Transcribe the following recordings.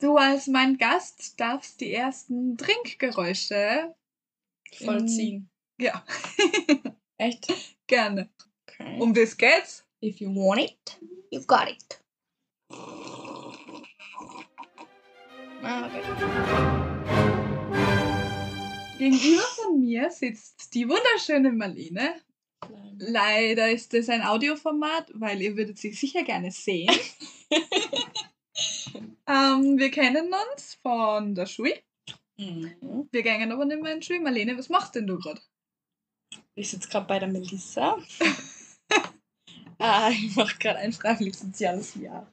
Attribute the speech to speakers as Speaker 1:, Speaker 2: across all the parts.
Speaker 1: Du als mein Gast darfst die ersten Trinkgeräusche
Speaker 2: Vollziehen.
Speaker 1: Ja,
Speaker 2: Mm, Echt?
Speaker 1: gerne.
Speaker 2: Okay.
Speaker 1: Um das geht's.
Speaker 2: If you want it, you got it. Ah, okay.
Speaker 1: Gegenüber von mir sitzt die wunderschöne Marlene. Leider ist das ein Audioformat, weil ihr würdet sie sicher gerne sehen. ähm, wir kennen uns von der Schule.
Speaker 2: Mhm.
Speaker 1: Wir gehen aber nicht mehr in die Schule. Marlene, was machst denn du gerade?
Speaker 2: Ich sitze gerade bei der Melissa. ah, ich mache gerade ein freiwilliges soziales Jahr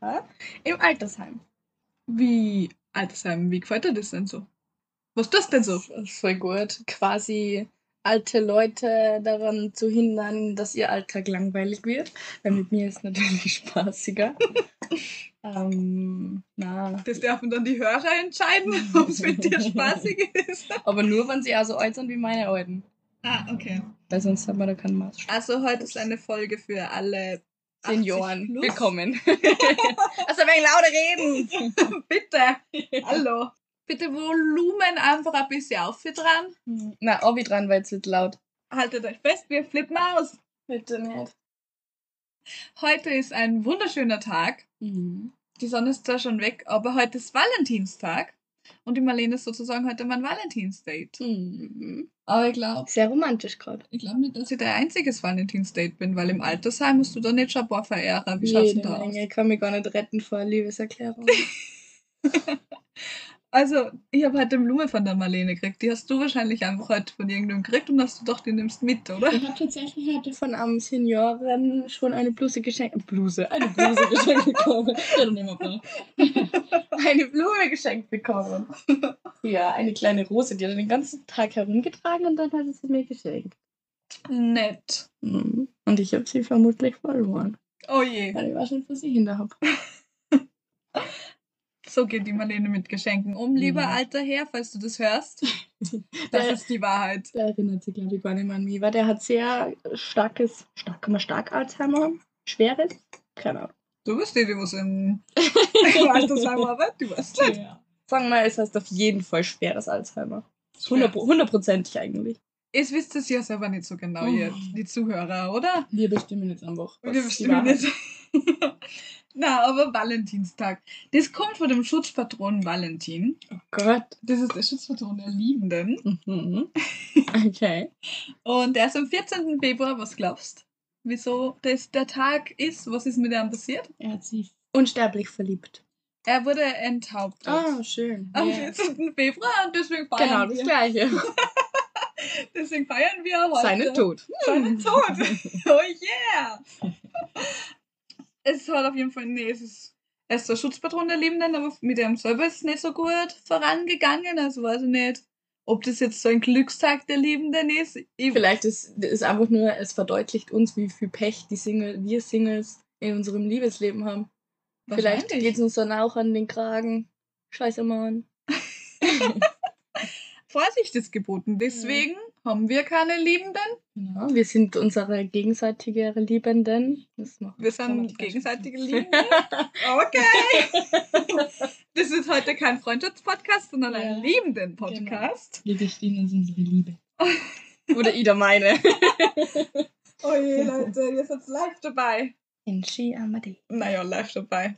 Speaker 2: im Altersheim.
Speaker 1: Wie Altersheim, wie gefällt dir das denn so? Was tust du denn so?
Speaker 2: Das ist Also, voll gut. Quasi alte Leute daran zu hindern, dass ihr Alltag langweilig wird. Weil mit mir ist natürlich spaßiger. ähm, na.
Speaker 1: Das dürfen dann die Hörer entscheiden, ob es mit dir spaßig ist.
Speaker 2: Aber nur, wenn sie auch so alt sind wie meine Alten.
Speaker 1: Ah, okay.
Speaker 2: Weil sonst hat man da keinen Maßstab.
Speaker 1: Also heute ist eine Folge für alle 80
Speaker 2: Senioren,
Speaker 1: plus.
Speaker 2: willkommen. also wegen lauter reden.
Speaker 1: Bitte, hallo. Bitte Volumen einfach ein bisschen auf für dran.
Speaker 2: Na, Obi dran, weil es wird laut.
Speaker 1: Haltet euch fest, wir flippen aus.
Speaker 2: Bitte nicht.
Speaker 1: Heute ist ein wunderschöner Tag.
Speaker 2: Mhm.
Speaker 1: Die Sonne ist zwar schon weg, aber heute ist Valentinstag. Und die Marlene ist sozusagen heute mein Valentinsdate.
Speaker 2: Mhm.
Speaker 1: Aber ich glaube
Speaker 2: Sehr romantisch gerade.
Speaker 1: ich glaub nicht, dass ich dein einziges Valentinsdate bin, weil im Altersheim musst du da nicht schon ein paar verehrer. Wie schaut's denn da aus?
Speaker 2: Ich kann mich gar nicht retten vor Liebeserklärung.
Speaker 1: Also, ich habe heute Blume von der Marlene gekriegt. Die hast du wahrscheinlich einfach heute von irgendjemandem gekriegt und hast du doch, die nimmst mit, oder?
Speaker 2: Ich habe tatsächlich heute von einem Senioren schon eine Bluse geschenkt. Bluse, eine Bluse geschenkt bekommen. eine Blume geschenkt bekommen. Ja, eine kleine Rose, die hat er den ganzen Tag herumgetragen und dann hat er sie mir geschenkt.
Speaker 1: Nett.
Speaker 2: Hm. Und ich habe sie vermutlich verloren,
Speaker 1: Oh je.
Speaker 2: weil ich war schon für sie hinter habe.
Speaker 1: So geht die Marlene mit Geschenken um, lieber
Speaker 2: Mhm.
Speaker 1: alter Herr, falls du das hörst. Das
Speaker 2: Der-
Speaker 1: ist die Wahrheit.
Speaker 2: Der erinnert sich, glaube ich, gar nicht mehr an mich, weil der hat sehr starkes, stark, kann man stark Alzheimer? Schweres? Keine Ahnung.
Speaker 1: Du bist die, die was im im Altersheim arbeitet. Du weißt nicht.
Speaker 2: Ja. Sagen wir mal, es heißt auf jeden Fall schweres Alzheimer.
Speaker 1: Schweres.
Speaker 2: Hundert- Hundertprozentig eigentlich.
Speaker 1: Ihr wisst es ja selber nicht so genau,
Speaker 2: Oh.
Speaker 1: ihr, die Zuhörer, oder?
Speaker 2: Wir bestimmen jetzt einfach. was
Speaker 1: Wir
Speaker 2: die
Speaker 1: bestimmen
Speaker 2: Wahrheit
Speaker 1: nicht. Na, aber Valentinstag. Das kommt von dem Schutzpatron Valentin.
Speaker 2: ist. Oh Gott.
Speaker 1: Das ist der Schutzpatron der Liebenden.
Speaker 2: Mhm. Okay.
Speaker 1: Und der ist am 14. Februar, was glaubst Wieso das der Tag ist? Was ist mit ihm passiert?
Speaker 2: Er hat sich unsterblich verliebt.
Speaker 1: Er wurde enthauptet.
Speaker 2: schön.
Speaker 1: Am
Speaker 2: Ah, Ja.
Speaker 1: 14. Februar und deswegen
Speaker 2: Genau
Speaker 1: feiern,
Speaker 2: das
Speaker 1: wir,
Speaker 2: Gleiche.
Speaker 1: deswegen feiern wir heute
Speaker 2: Seine Tod. Mhm.
Speaker 1: Seinen Tod. Oh yeah! es hat auf jeden Fall, nee, es ist, er ist der Schutzpatron der Lebenden, aber mit ihm selber ist es nicht so gut vorangegangen. Also weiß ich nicht, ob das jetzt so ein Glückstag der Lebenden ist. Ich
Speaker 2: Vielleicht ist es einfach nur, es verdeutlicht uns, wie viel Pech die Single, wir Singles in unserem Liebesleben haben. Vielleicht
Speaker 1: Wahrscheinlich.
Speaker 2: geht es uns dann auch an den Kragen. Scheiße, Mann.
Speaker 1: Vorsicht ist geboten. Deswegen
Speaker 2: Mhm.
Speaker 1: haben wir keine Liebenden.
Speaker 2: Genau. Wir sind unsere gegenseitige Liebenden. Das macht
Speaker 1: Wir
Speaker 2: kann man
Speaker 1: sind
Speaker 2: nicht falsch
Speaker 1: gegenseitige Liebenden. Okay. Das ist heute kein Freundschaftspodcast, sondern
Speaker 2: Ja.
Speaker 1: ein Liebenden-Podcast.
Speaker 2: Wir gestehen uns unsere Liebe. Oder Ida meine.
Speaker 1: Oh je, Leute, ihr seid live dabei.
Speaker 2: Enchi Amade.
Speaker 1: Naja, live dabei.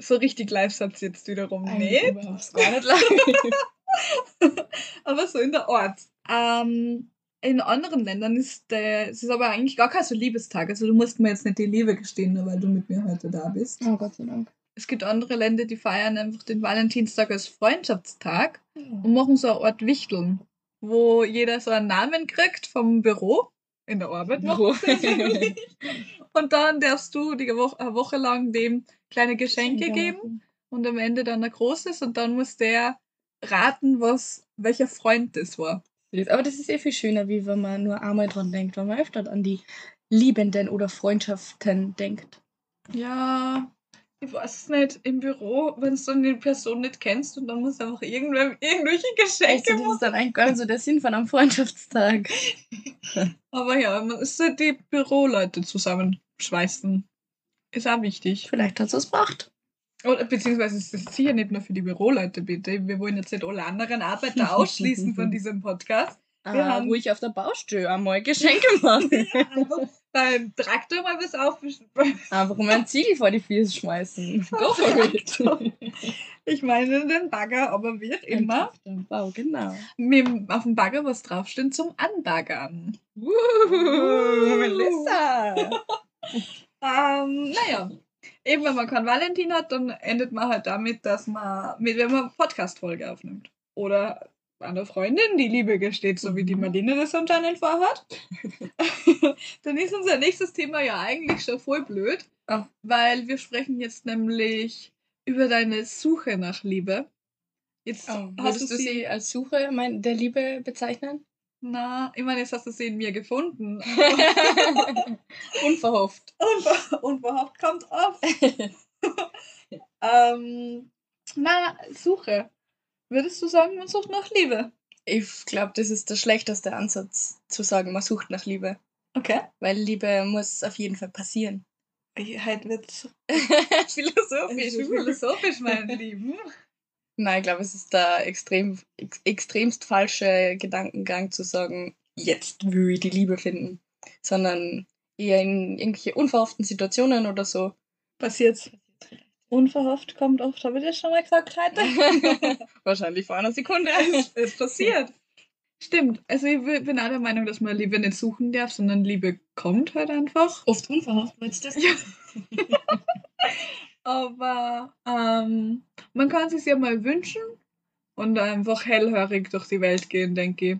Speaker 1: So richtig live seid ihr jetzt wiederum
Speaker 2: Eigentlich
Speaker 1: nicht,
Speaker 2: überhaupt gar nicht lang.
Speaker 1: aber so in der Art. Ähm, in anderen Ländern ist der, es ist aber eigentlich gar kein so Liebestag. Also du musst mir jetzt nicht die Liebe gestehen, nur weil du mit mir heute da bist.
Speaker 2: oh Gott sei Dank.
Speaker 1: Es gibt andere Länder, die feiern einfach den Valentinstag als Freundschaftstag und machen so eine Art Wichteln, wo jeder so einen Namen kriegt vom Büro, in der Arbeit noch. Und dann darfst du die Woche, eine Woche lang dem kleine Geschenke geben und am Ende dann ein großes und dann muss der raten, was welcher Freund das war.
Speaker 2: Aber das ist eh viel schöner, wie wenn man nur einmal dran denkt, wenn man öfter an die Liebenden oder Freundschaften denkt.
Speaker 1: Ja, ich weiß es nicht, im Büro, wenn du dann die Person nicht kennst und dann muss einfach irgendwem irgendwelche
Speaker 2: Weißt
Speaker 1: Geschenke
Speaker 2: du, das
Speaker 1: machen.
Speaker 2: ist dann eigentlich gar nicht so der Sinn von einem Freundschaftstag.
Speaker 1: Aber ja, man ist halt die Büroleute zusammenschweißen. Ist auch wichtig.
Speaker 2: Vielleicht hat es was gebracht.
Speaker 1: Oder, beziehungsweise es ist sicher nicht nur für die Büroleute, bitte. Wir wollen jetzt nicht alle anderen Arbeiter ausschließen von diesem Podcast.
Speaker 2: Wir
Speaker 1: haben-
Speaker 2: haben ruhig Ah, auf der Baustelle einmal Geschenke machen.
Speaker 1: Also, Beim Traktor mal was auf.
Speaker 2: Einfach mal Ah, ein Ziegel vor die Füße schmeißen. Go for it.
Speaker 1: Ich meine den Bagger, aber wird immer
Speaker 2: Ein Bau, genau.
Speaker 1: mit dem- auf dem Bagger was draufstehen zum Anbaggern.
Speaker 2: Uh, Melissa.
Speaker 1: Ähm, naja. Eben, wenn man keinen Valentin hat, dann endet man halt damit, dass man, mit, wenn man Podcast-Folge aufnimmt. Oder einer Freundin die Liebe gesteht, so wie die
Speaker 2: Mhm.
Speaker 1: Marlene das anscheinend vorhat. dann ist unser nächstes Thema ja eigentlich schon voll blöd,
Speaker 2: Ah.
Speaker 1: weil wir sprechen jetzt nämlich über deine Suche nach Liebe. Jetzt
Speaker 2: Oh,
Speaker 1: hast du
Speaker 2: würdest
Speaker 1: sie,
Speaker 2: du sie als Suche mein, der Liebe bezeichnen?
Speaker 1: na, ich meine, jetzt hast du sie in mir gefunden.
Speaker 2: Unverhofft.
Speaker 1: Unver unverhofft kommt auf. Ähm, na, Suche. Würdest du sagen, man sucht nach Liebe?
Speaker 2: Ich glaube, das ist der schlechteste Ansatz, zu sagen, man sucht nach Liebe.
Speaker 1: Okay.
Speaker 2: Weil Liebe muss auf jeden Fall passieren.
Speaker 1: Heute wird es Also,
Speaker 2: Philosophisch.
Speaker 1: philosophisch, meine Lieben.
Speaker 2: Nein, ich glaube, es ist der extrem, ex, extremst falsche Gedankengang zu sagen, jetzt will ich die Liebe finden. Sondern eher in irgendwelche unverhofften Situationen oder so.
Speaker 1: Passiert's. Unverhofft kommt oft, habe ich das schon mal gesagt heute?
Speaker 2: Wahrscheinlich vor einer Sekunde.
Speaker 1: es passiert. Stimmt. Also ich wi- bin auch der Meinung, dass man Liebe nicht suchen darf, sondern Liebe kommt halt einfach.
Speaker 2: Oft unverhofft, weil ich das
Speaker 1: Ja. Aber ähm, man kann sich ja mal wünschen und einfach hellhörig durch die Welt gehen, denke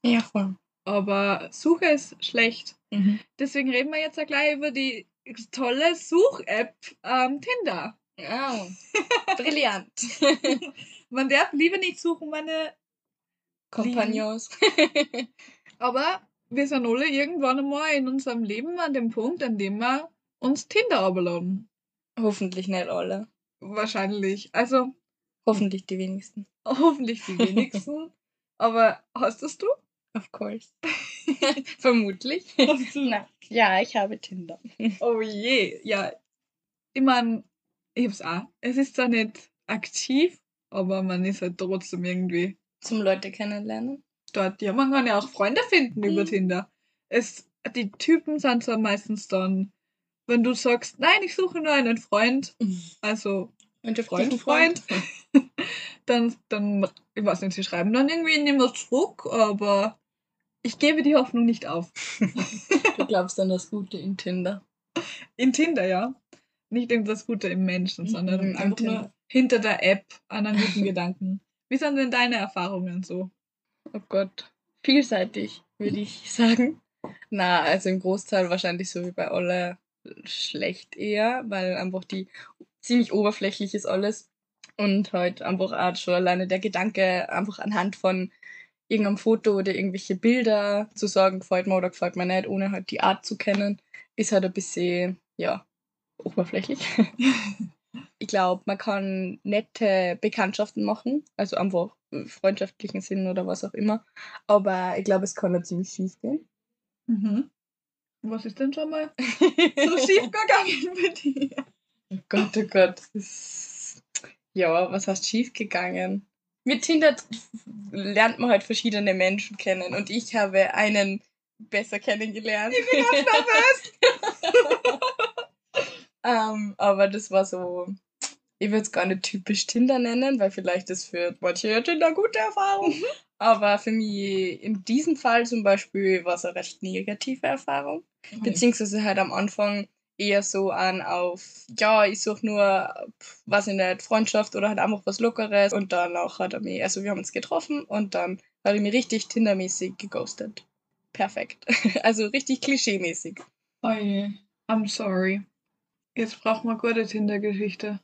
Speaker 1: ich.
Speaker 2: Ja, voll.
Speaker 1: Aber Suche ist schlecht.
Speaker 2: Mhm.
Speaker 1: Deswegen reden wir jetzt ja gleich über die tolle Such-App ähm, Tinder.
Speaker 2: Ja. Brillant.
Speaker 1: Man darf Liebe nicht suchen, meine.
Speaker 2: Kompagnons.
Speaker 1: Aber wir sind alle irgendwann einmal in unserem Leben an dem Punkt, an dem wir uns Tinder abladen.
Speaker 2: Hoffentlich nicht alle.
Speaker 1: Wahrscheinlich. Also
Speaker 2: Hoffentlich die wenigsten.
Speaker 1: hoffentlich die wenigsten. Aber hast das du?
Speaker 2: Of course. Vermutlich. Na, ja, ich habe Tinder.
Speaker 1: Oh je, ja. Ich meine, ich hab's auch. Es ist zwar nicht aktiv, aber man ist halt trotzdem irgendwie
Speaker 2: Zum Leute kennenlernen.
Speaker 1: dort. Ja, man kann ja auch Freunde finden über
Speaker 2: Mhm.
Speaker 1: Tinder. Es, die Typen sind zwar meistens dann, wenn du sagst, nein, ich suche nur einen Freund,
Speaker 2: Mhm.
Speaker 1: also
Speaker 2: Und der
Speaker 1: Freund, Freund, dann, dann, ich weiß nicht, sie schreiben dann irgendwie nicht mehr zurück, aber ich gebe die Hoffnung nicht auf.
Speaker 2: Du glaubst an das Gute in Tinder.
Speaker 1: In Tinder, ja. Nicht irgendwas Gute im Menschen,
Speaker 2: Mhm,
Speaker 1: sondern
Speaker 2: im
Speaker 1: einfach nur
Speaker 2: Tinder.
Speaker 1: hinter der App an einen guten Gedanken. Wie sind denn deine Erfahrungen so?
Speaker 2: Oh Gott. Vielseitig, würde ich sagen. Na, also im Großteil wahrscheinlich so wie bei alle schlecht eher, weil einfach die ziemlich oberflächlich ist alles. Und heute einfach auch schon alleine der Gedanke, einfach anhand von irgendeinem Foto oder irgendwelche Bilder zu sagen, gefällt mir oder gefällt mir nicht, ohne halt die Art zu kennen, ist halt ein bisschen, ja, oberflächlich. ich glaube, man kann nette Bekanntschaften machen, also einfach im freundschaftlichen Sinn oder was auch immer. Aber ich glaube, es kann da ziemlich schief gehen. Mhm.
Speaker 1: Was ist denn schon mal so schief gegangen bei dir?
Speaker 2: Gott, oh Gott. das ist- Ja, was heißt schiefgegangen? Mit Tinder t- lernt man halt verschiedene Menschen kennen und ich habe einen besser kennengelernt. Ich bin ganz nervös. ähm, aber das war so, ich würde es gar nicht typisch Tinder nennen, weil vielleicht ist für manche Tinder gute Erfahrung. Aber für mich in diesem Fall zum Beispiel war es eine recht negative Erfahrung.
Speaker 1: Mhm.
Speaker 2: Beziehungsweise halt am Anfang eher so an auf, ja, ich suche nur, pf, weiß ich nicht, Freundschaft oder halt einfach was Lockeres. Und dann auch hat er mich, also wir haben uns getroffen und dann hat er mich richtig Tindermäßig geghostet. Perfekt. Also richtig klischeemäßig.
Speaker 1: Oje, I'm sorry. Jetzt braucht man gute Tinder-Geschichte.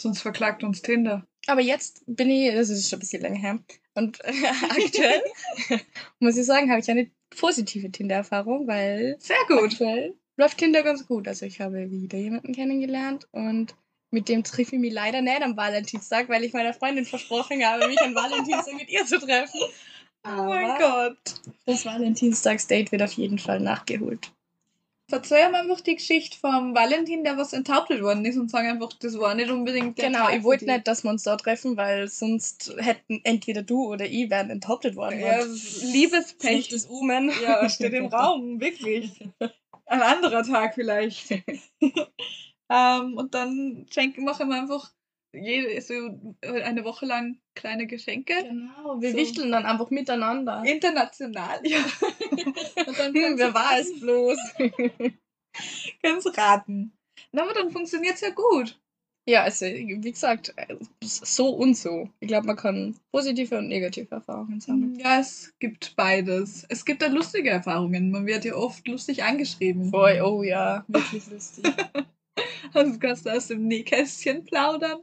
Speaker 1: Sonst verklagt uns Tinder.
Speaker 2: Aber jetzt bin ich, das ist schon ein bisschen länger her, und aktuell, muss ich sagen, habe ich eine positive Tinder-Erfahrung, weil
Speaker 1: Sehr
Speaker 2: Aktuell läuft Tinder ganz gut. Also ich habe wieder jemanden kennengelernt und mit dem treffe ich mich leider nicht am Valentinstag, weil ich meiner Freundin versprochen habe, mich am Valentinstag mit ihr zu treffen.
Speaker 1: Oh mein
Speaker 2: Aber
Speaker 1: Gott.
Speaker 2: Das Valentinstagsdate wird auf jeden Fall nachgeholt.
Speaker 1: Verzeih ihm einfach die Geschichte vom Valentin, der was enthauptet worden ist und sagen einfach, das war nicht unbedingt der
Speaker 2: Genau,
Speaker 1: Tag
Speaker 2: ich
Speaker 1: für
Speaker 2: wollte
Speaker 1: die.
Speaker 2: nicht, dass wir uns da treffen, weil sonst hätten entweder du oder ich wären enthauptet worden.
Speaker 1: Ja,
Speaker 2: und
Speaker 1: Liebespech.
Speaker 2: schlechtes Omen.
Speaker 1: Ja, steht im Raum, wirklich. Ein anderer Tag vielleicht. ähm, und dann schenken, machen wir einfach jede, so eine Woche lang kleine Geschenke.
Speaker 2: Genau, wir
Speaker 1: So.
Speaker 2: wichteln dann einfach miteinander.
Speaker 1: International, ja. und dann kannst
Speaker 2: Hm, wer
Speaker 1: du
Speaker 2: war
Speaker 1: raten.
Speaker 2: es bloß?
Speaker 1: Kannst raten. Na, aber dann funktioniert es ja gut.
Speaker 2: ja, also wie gesagt, äh, so und so. Ich glaube, man kann positive und negative Erfahrungen sammeln.
Speaker 1: Ja, es gibt beides. Es gibt da lustige Erfahrungen. Man wird ja oft lustig angeschrieben.
Speaker 2: Boy, oh ja, wirklich lustig.
Speaker 1: Also kannst du aus dem Nähkästchen plaudern.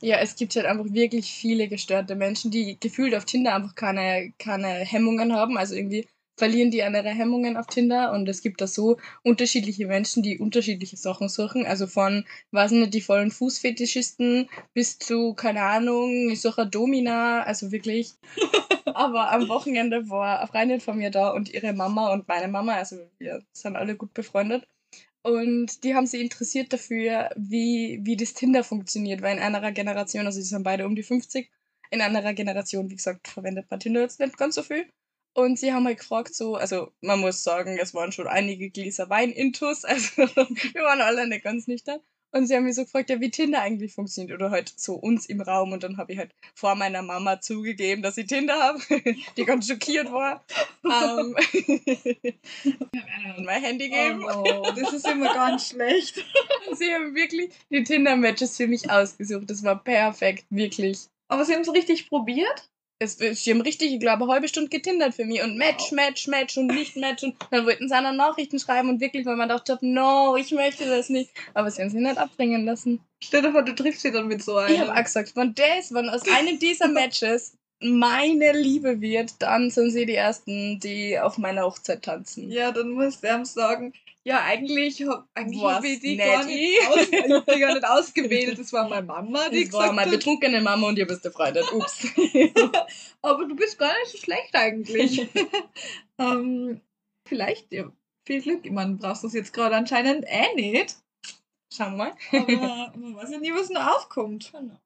Speaker 2: Ja, es gibt halt einfach wirklich viele gestörte Menschen, die gefühlt auf Tinder einfach keine, keine Hemmungen haben. Also irgendwie verlieren die an ihre Hemmungen auf Tinder und es gibt da so unterschiedliche Menschen, die unterschiedliche Sachen suchen. Also von, weiß nicht, die vollen Fußfetischisten bis zu, keine Ahnung, ich suche eine Domina, also wirklich. Aber am Wochenende war eine Freundin von mir da und ihre Mama und meine Mama, also wir sind alle gut befreundet. Und die haben sich interessiert dafür, wie, wie das Tinder funktioniert, weil in einer Generation, also die sind beide um die 50, in einer Generation, wie gesagt, verwendet man Tinder jetzt nicht ganz so viel. Und sie haben halt gefragt, so, also man muss sagen, es waren schon einige Gläser Wein intus, also wir waren alle nicht ganz nüchtern. Und sie haben mich so gefragt, ja, wie Tinder eigentlich funktioniert oder halt so uns im Raum. Und dann habe ich halt vor meiner Mama zugegeben, dass ich Tinder habe, die ganz schockiert war. Ähm, und mein Handy gegeben.
Speaker 1: Oh, das ist immer ganz schlecht.
Speaker 2: Sie haben wirklich die Tinder-Matches für mich ausgesucht. Das war perfekt, wirklich.
Speaker 1: Aber sie haben es richtig probiert.
Speaker 2: Es, sie haben richtig, ich glaube, eine halbe Stunde getindert für mich. Und Match,
Speaker 1: Wow.
Speaker 2: Match, Match und nicht Match. Und dann wollten sie auch noch Nachrichten schreiben. Und wirklich, weil man dachte, no, ich möchte das nicht. Aber sie haben sich nicht abbringen lassen.
Speaker 1: Stell dir vor, du triffst sie dann mit so einem.
Speaker 2: Ich habe auch gesagt, wenn das, wenn aus einem dieser Matches meine Liebe wird, dann sind sie die Ersten, die auf meiner Hochzeit tanzen.
Speaker 1: Ja, dann musst du ihm sagen, ja, eigentlich habe eigentlich
Speaker 2: Was
Speaker 1: hab ich die
Speaker 2: nicht
Speaker 1: gar nicht,
Speaker 2: ich?
Speaker 1: aus, ich hab die gar nicht ausgewählt. Das war meine Mama, die
Speaker 2: Das war
Speaker 1: gesagt
Speaker 2: meine
Speaker 1: hat,
Speaker 2: betrunkene Mama und ihr beste Freundin. Ups.
Speaker 1: aber du bist gar nicht so schlecht eigentlich. ähm, vielleicht, ja, viel Glück. Ich meine, brauchst du es jetzt gerade anscheinend eh nicht.
Speaker 2: Schauen wir mal.
Speaker 1: Aber man weiß ja nie, was noch aufkommt.
Speaker 2: Genau.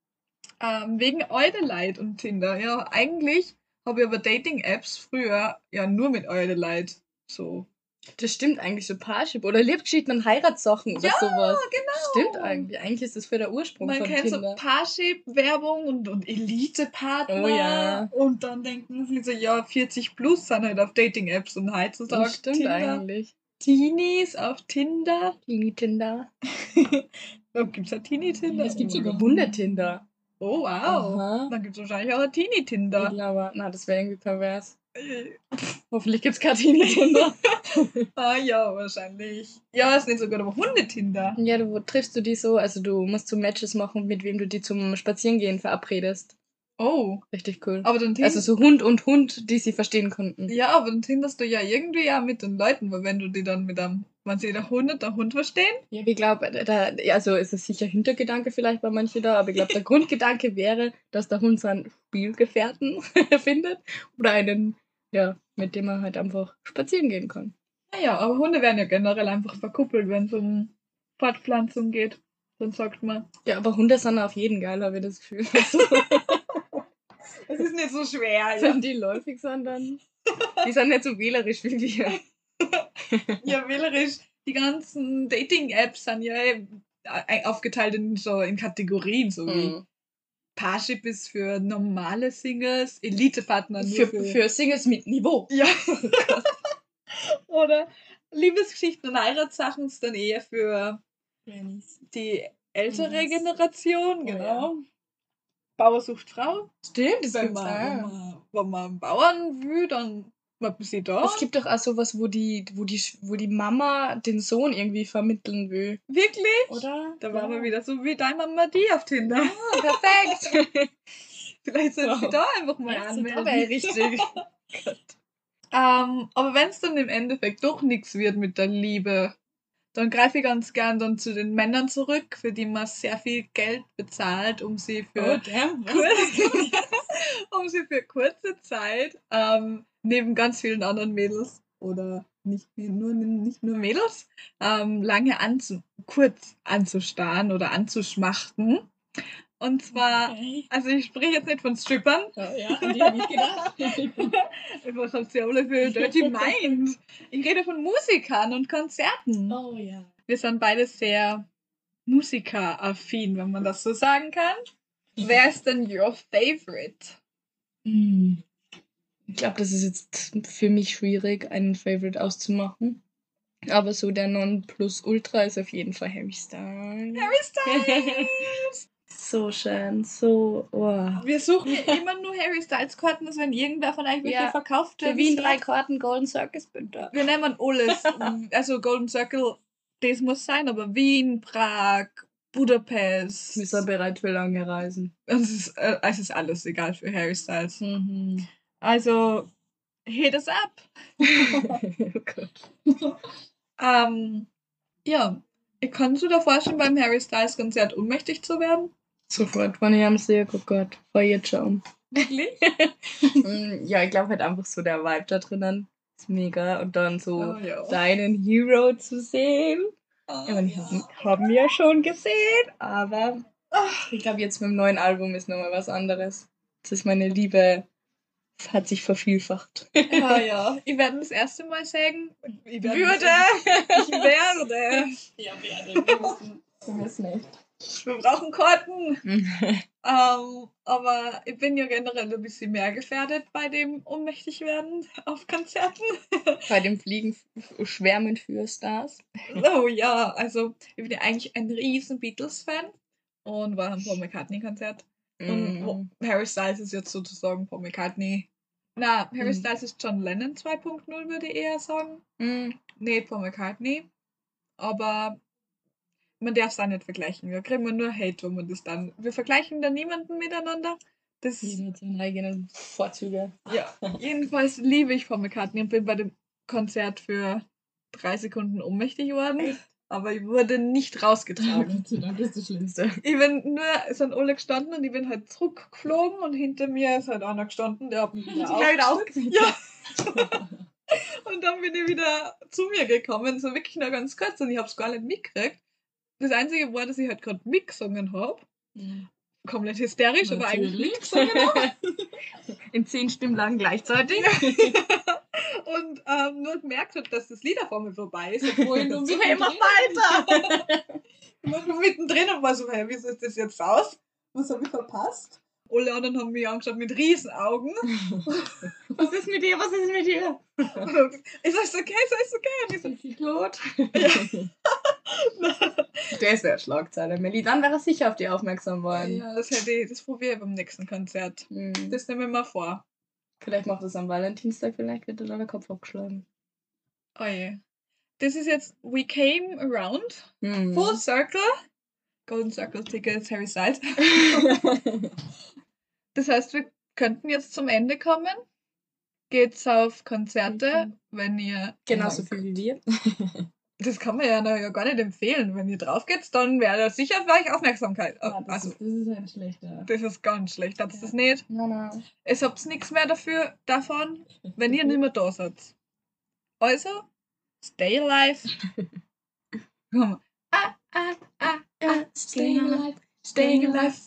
Speaker 1: Ähm, wegen Eudelight und Tinder. Ja, eigentlich habe ich aber Dating-Apps früher ja nur mit Eudelight so
Speaker 2: Das stimmt eigentlich so Parship oder Liebgeschichten und Heiratssachen oder
Speaker 1: Ja,
Speaker 2: sowas.
Speaker 1: genau.
Speaker 2: Stimmt eigentlich. Eigentlich ist das für der Ursprung
Speaker 1: Man
Speaker 2: von
Speaker 1: kennt so
Speaker 2: Tinder.
Speaker 1: Parship-Werbung und, und Elite-Partner.
Speaker 2: Oh ja.
Speaker 1: Und dann denken sie so, ja, 40 plus sind halt auf Dating-Apps und heutzutage
Speaker 2: das stimmt eigentlich.
Speaker 1: Teenies auf Tinder.
Speaker 2: Teenie Tinder.
Speaker 1: Oh, gibt's da Teenie-Tinder?
Speaker 2: Es gibt
Speaker 1: Oh mein
Speaker 2: sogar
Speaker 1: Gott.
Speaker 2: Wunder-Tinder.
Speaker 1: Oh, wow.
Speaker 2: Aha.
Speaker 1: Dann gibt's wahrscheinlich auch ein
Speaker 2: Ich
Speaker 1: Teenie-Tinder.
Speaker 2: glaube, na, das wäre irgendwie pervers.
Speaker 1: Äh.
Speaker 2: Hoffentlich gibt's keine Teenie Tinder.
Speaker 1: Ah ja, wahrscheinlich. Ja, ist nicht so gut, aber Hunde-Tinder.
Speaker 2: ja, du wo triffst du die so, also du musst so Matches machen, mit wem du die zum Spazierengehen verabredest.
Speaker 1: Oh,
Speaker 2: Richtig cool.
Speaker 1: aber dann,
Speaker 2: Also
Speaker 1: tind-
Speaker 2: so Hund und Hund, die sie verstehen konnten.
Speaker 1: ja, aber dann tinderst du ja irgendwie ja mit den Leuten, weil wenn du die dann mit einem, wenn sie der Hund und der Hund verstehen,
Speaker 2: Ja, ich glaube, da, ja, also ist es sicher Hintergedanke vielleicht bei manchen da, aber ich glaube, der Grundgedanke wäre, dass der Hund seinen Spielgefährten findet oder einen, ja, mit dem er halt einfach spazieren gehen kann.
Speaker 1: Naja, aber Hunde werden Ah ja generell einfach verkuppelt, wenn es um Fortpflanzung geht. Dann sagt man,
Speaker 2: Ja, aber Hunde sind auf jeden geil, habe ich das Gefühl. Also,
Speaker 1: es ist nicht so schwer.
Speaker 2: wenn die läufig sind, dann. Die sind nicht so wählerisch wie wir.
Speaker 1: ja, wählerisch. Die ganzen Dating-Apps sind ja eh ei- aufgeteilt in, so in Kategorien. So
Speaker 2: Mhm.
Speaker 1: wie Parship ist für normale Singles, Elite-Partner nur
Speaker 2: Für, für Singles mit Niveau.
Speaker 1: Ja. Oder Liebesgeschichten und Heiratssachen ist dann eher für die ältere
Speaker 2: Mhm.
Speaker 1: Generation,
Speaker 2: Oh ja.
Speaker 1: genau. Bauer sucht Frau.
Speaker 2: Stimmt, das
Speaker 1: Wenn
Speaker 2: gibt's
Speaker 1: man, wenn
Speaker 2: auch.
Speaker 1: man, wenn man Bauern will, dann macht man sie da.
Speaker 2: Es gibt doch auch sowas, wo die, wo die, wo die Mama den Sohn irgendwie vermitteln will.
Speaker 1: Wirklich?
Speaker 2: Oder?
Speaker 1: Da waren wir wieder so wie deine Mama die auf Tinder.
Speaker 2: Ah, perfekt.
Speaker 1: Vielleicht sind sie
Speaker 2: Wow.
Speaker 1: da einfach mal anmelden.
Speaker 2: richtig.
Speaker 1: Ähm, aber wenn es dann im Endeffekt doch nichts wird mit der Liebe, dann greife ich ganz gern dann zu den Männern zurück, für die man sehr viel Geld bezahlt, um sie für,
Speaker 2: damn.
Speaker 1: um sie für kurze Zeit ähm, neben ganz vielen anderen Mädels oder nicht nur, nicht nur Mädels, ähm, lange anzu kurz anzustarren oder anzuschmachten. Und zwar,
Speaker 3: Okay.
Speaker 1: also ich spreche jetzt nicht von Strippern,
Speaker 3: Ja, ja, an die habe ich gedacht.
Speaker 1: was habt ihr alle für Dirty Mind? Ich rede von Musikern und Konzerten.
Speaker 3: oh ja.
Speaker 1: Wir sind beide sehr musikeraffin, wenn man das so sagen kann. Wer ist denn your favorite?
Speaker 3: Mm.
Speaker 2: Ich glaube, das ist jetzt für mich schwierig, einen Favorite auszumachen. Aber so der Nonplusultra ist auf jeden Fall Harry Styles.
Speaker 1: Harry Styles!
Speaker 2: So schön, so. wow.
Speaker 1: Wir suchen hier immer nur Harry Styles-Karten, dass wenn irgendwer von euch welche
Speaker 2: Ja.
Speaker 1: verkauft
Speaker 2: Für
Speaker 1: wird.
Speaker 2: Wien drei Karten Golden Circus Bünder.
Speaker 1: Wir nehmen alles. also Golden Circle, das muss sein, aber Wien, Prag, Budapest.
Speaker 2: Wir sind bereit für lange Reisen.
Speaker 1: Es ist, äh, es ist alles egal für Harry Styles.
Speaker 2: Mhm.
Speaker 1: Also, hit us up!
Speaker 2: oh Gott.
Speaker 1: Ähm, ja, kannst du dir vorstellen, beim Harry Styles-Konzert ohnmächtig zu werden?
Speaker 2: Sofort, wenn ich am sehe, oh Gott, fahr jetzt schon
Speaker 1: Wirklich?
Speaker 2: um. ja, ich glaube halt einfach so der Vibe da drinnen ist mega. Und dann so
Speaker 1: Oh, ja.
Speaker 2: deinen Hero zu sehen. Ja,
Speaker 1: Oh,
Speaker 2: man, haben, haben wir schon gesehen, aber
Speaker 1: Oh.
Speaker 2: ach, ich glaube, jetzt mit dem neuen Album ist nochmal was anderes. Das ist meine Liebe, es hat sich vervielfacht.
Speaker 1: ja, Ah, ja. Ich werde das erste Mal sagen,
Speaker 3: Ich
Speaker 1: ich werde.
Speaker 3: Ja, werde. Wir müssen- wir müssen echt.
Speaker 1: Wir brauchen Karten. Ähm, aber ich bin ja generell ein bisschen mehr gefährdet bei dem ohnmächtig werden auf Konzerten.
Speaker 2: Bei dem Fliegen f- schwärmen für Stars.
Speaker 1: Oh ja, also ich bin ja eigentlich ein riesen Beatles-Fan und war am Paul McCartney-Konzert. Und wo-
Speaker 2: Mm.
Speaker 1: Harry Styles ist jetzt sozusagen Paul McCartney. Na, Harry
Speaker 2: Mhm.
Speaker 1: Styles ist John Lennon 2.0, würde ich eher sagen.
Speaker 2: Mm.
Speaker 1: Nee, Paul McCartney. Aber man darf es auch nicht vergleichen. Wir kriegen nur Hate, wenn man das dann. Wir vergleichen da niemanden miteinander. Das ist
Speaker 2: Jeder hat seine eigenen Vorzüge.
Speaker 1: Ja, jedenfalls liebe ich Paul McCartney und bin bei dem Konzert für drei Sekunden ohnmächtig geworden. Aber ich wurde nicht rausgetragen.
Speaker 3: Gott sei Dank, das ist das Schlimmste.
Speaker 1: Ich bin nur, es sind alle gestanden und ich bin halt zurückgeflogen und hinter mir ist halt einer gestanden, der hat mich wieder
Speaker 3: Gleich
Speaker 1: aufgeschnitten. Ja. Und dann bin ich wieder zu mir gekommen, so wirklich nur ganz kurz und ich habe es gar nicht mitgekriegt. Das Einzige war, dass ich halt gerade mitgesungen habe. Komplett hysterisch, aber eigentlich
Speaker 3: Natürlich.
Speaker 1: mitgesungen
Speaker 2: genau.
Speaker 1: habe.
Speaker 2: In zehn Stimmlagen gleichzeitig.
Speaker 1: und ähm, nur gemerkt habe, dass das Lied auf einmal vorbei ist, obwohl ich nur
Speaker 3: So,
Speaker 1: mittendrin,
Speaker 3: hey, mach
Speaker 1: weiter! ich war nur mittendrin und war so, hey, wie sieht das jetzt aus? Was habe ich verpasst? Alle anderen haben mich angeschaut mit Riesenaugen.
Speaker 2: Was ist mit dir? Was ist mit dir?
Speaker 1: Und dann, ist alles okay? Ist alles okay? Und ich so,
Speaker 2: Ist sie tot? Das wäre Schlagzeile, Melli. Dann wäre er sicher auf die aufmerksam worden.
Speaker 1: ja, das, hätte ich, das probiere ich beim nächsten Konzert.
Speaker 2: Mm.
Speaker 1: Das nehme ich mal vor.
Speaker 2: Vielleicht macht es am Valentinstag, vielleicht wird er da der Kopf abgeschlagen.
Speaker 1: Oje. Oh Das ist jetzt We Came Around,
Speaker 2: Hm.
Speaker 1: Full Circle, Golden Circle Tickets, Harry Styles. Das heißt, wir könnten jetzt zum Ende kommen. Geht's auf Konzerte,
Speaker 3: Mhm.
Speaker 1: wenn ihr.
Speaker 3: Genau
Speaker 2: Genauso Genau viel wie wir.
Speaker 1: Das kann man ja, noch- ja gar nicht empfehlen. Wenn ihr drauf geht, dann wäre das sicher für euch Aufmerksamkeit.
Speaker 3: Ah, das,
Speaker 1: also,
Speaker 3: ist, das ist ein schlechter.
Speaker 1: das ist ganz schlecht. Habt ihr
Speaker 3: Ja.
Speaker 1: das nicht?
Speaker 2: Nein, nein.
Speaker 1: Es habt nichts mehr dafür, davon, wenn ihr nicht mehr da seid. Also, stay alive. Komm. Ah, ah, ah, ah, stay alive. Staying alive.